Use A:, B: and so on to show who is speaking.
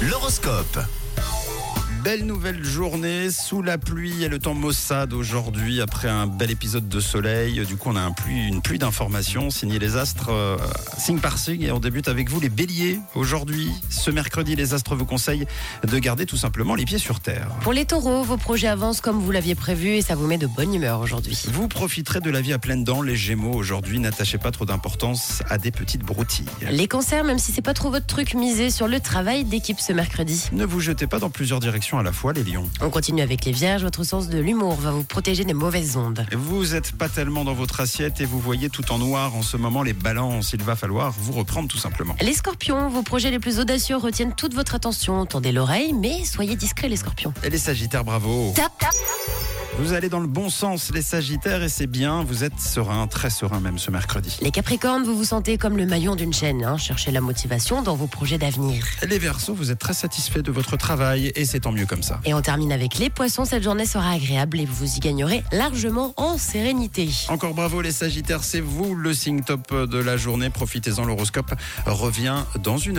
A: L'horoscope. Belle nouvelle journée sous la pluie et le temps maussade aujourd'hui après un bel épisode de soleil. Du coup, on a un pluie- une pluie d'informations signé les astres euh, signe par signe et on débute avec vous les béliers. Aujourd'hui, ce mercredi, les astres vous conseillent de garder tout simplement les pieds sur terre.
B: Pour les taureaux, vos projets avancent comme vous l'aviez prévu et ça vous met de bonne humeur aujourd'hui.
A: Vous profiterez de la vie à pleines dents, les gémeaux. Aujourd'hui, n'attachez pas trop d'importance à des petites broutilles.
B: Les cancers, même si c'est pas trop votre truc, misez sur le travail d'équipe ce mercredi.
A: Ne vous jetez pas dans plusieurs directions à la fois, les lions.
B: On continue avec les vierges, votre sens de l'humour va vous protéger des mauvaises ondes.
A: Vous n'êtes pas tellement dans votre assiette et vous voyez tout en noir en ce moment les balances. Il va falloir vous reprendre tout simplement.
B: Les scorpions, vos projets les plus audacieux retiennent toute votre attention. Tendez l'oreille, mais soyez discrets les scorpions.
A: Et les Sagittaires, bravo
B: Tap, tap.
A: Vous allez dans le bon sens, les Sagittaires, et c'est bien. Vous êtes serein, très serein même ce mercredi.
B: Les capricornes, vous vous sentez comme le maillon d'une chaîne. hein. Cherchez la motivation dans vos projets d'avenir.
A: Les Verseaux, vous êtes très satisfaits de votre travail et c'est tant mieux comme ça.
B: Et on termine avec les poissons, cette journée sera agréable et vous y gagnerez largement en sérénité.
A: Encore bravo les Sagittaires, c'est vous le signe top de la journée. Profitez-en, l'horoscope revient dans une heure.